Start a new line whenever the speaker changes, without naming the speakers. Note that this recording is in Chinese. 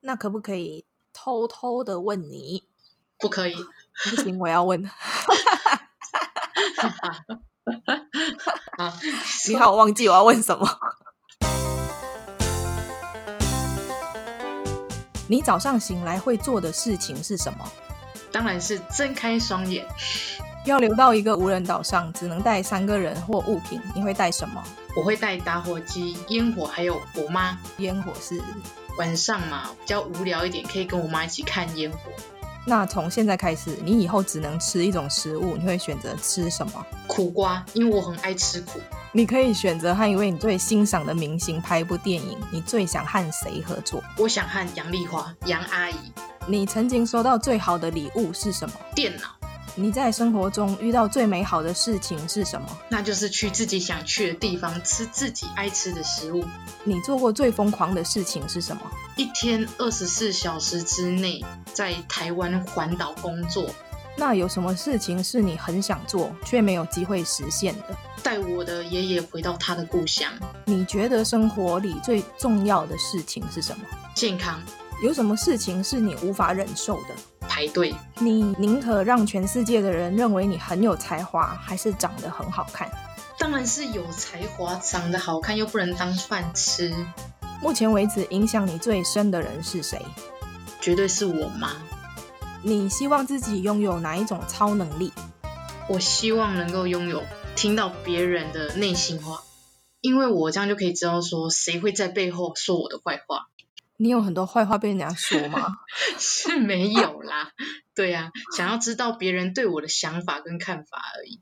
那可不可以偷偷的问你？
不可以，
不行，我要问。
啊，
你看我忘记我要问什么。你早上醒来会做的事情是什么？
当然是睁开双眼，
要留到一个无人岛上，只能带三个人或物品，你会带什么？
我会带打火机、烟火，还有我妈。
烟火是。
晚上嘛，比较无聊一点，可以跟我妈一起看烟火。
那从现在开始，你以后只能吃一种食物，你会选择吃什么？
苦瓜，因为我很爱吃苦。
你可以选择和一位你最欣赏的明星拍一部电影，你最想和谁合作？
我想和杨丽花、杨阿姨、
你曾经收到最好的礼物是什么？
电脑，
你在生活中遇到最美好的事情是什么？
那就是去自己想去的地方，吃自己爱吃的食物。
你做过最疯狂的事情是什么？
一天二十四小时之内在台湾环岛工作，
那有什么事情是你很想做却没有机会实现的？
带我的爷爷回到他的故乡。
你觉得生活里最重要的事情是什么？
健康，
有什么事情是你无法忍受的？
排队，
你宁可让全世界的人认为你很有才华，还是长得很好看？
当然是有才华、长得好看又不能当饭吃，
目前为止，影响你最深的人是谁？
绝对是我妈。
你希望自己拥有哪一种超能力？
我希望能够拥有听到别人的内心话，因为我这样就可以知道说谁会在背后说我的坏话。
你有很多坏话被人家说吗？
啊是没有啦，对呀、想要知道别人对我的想法跟看法而已。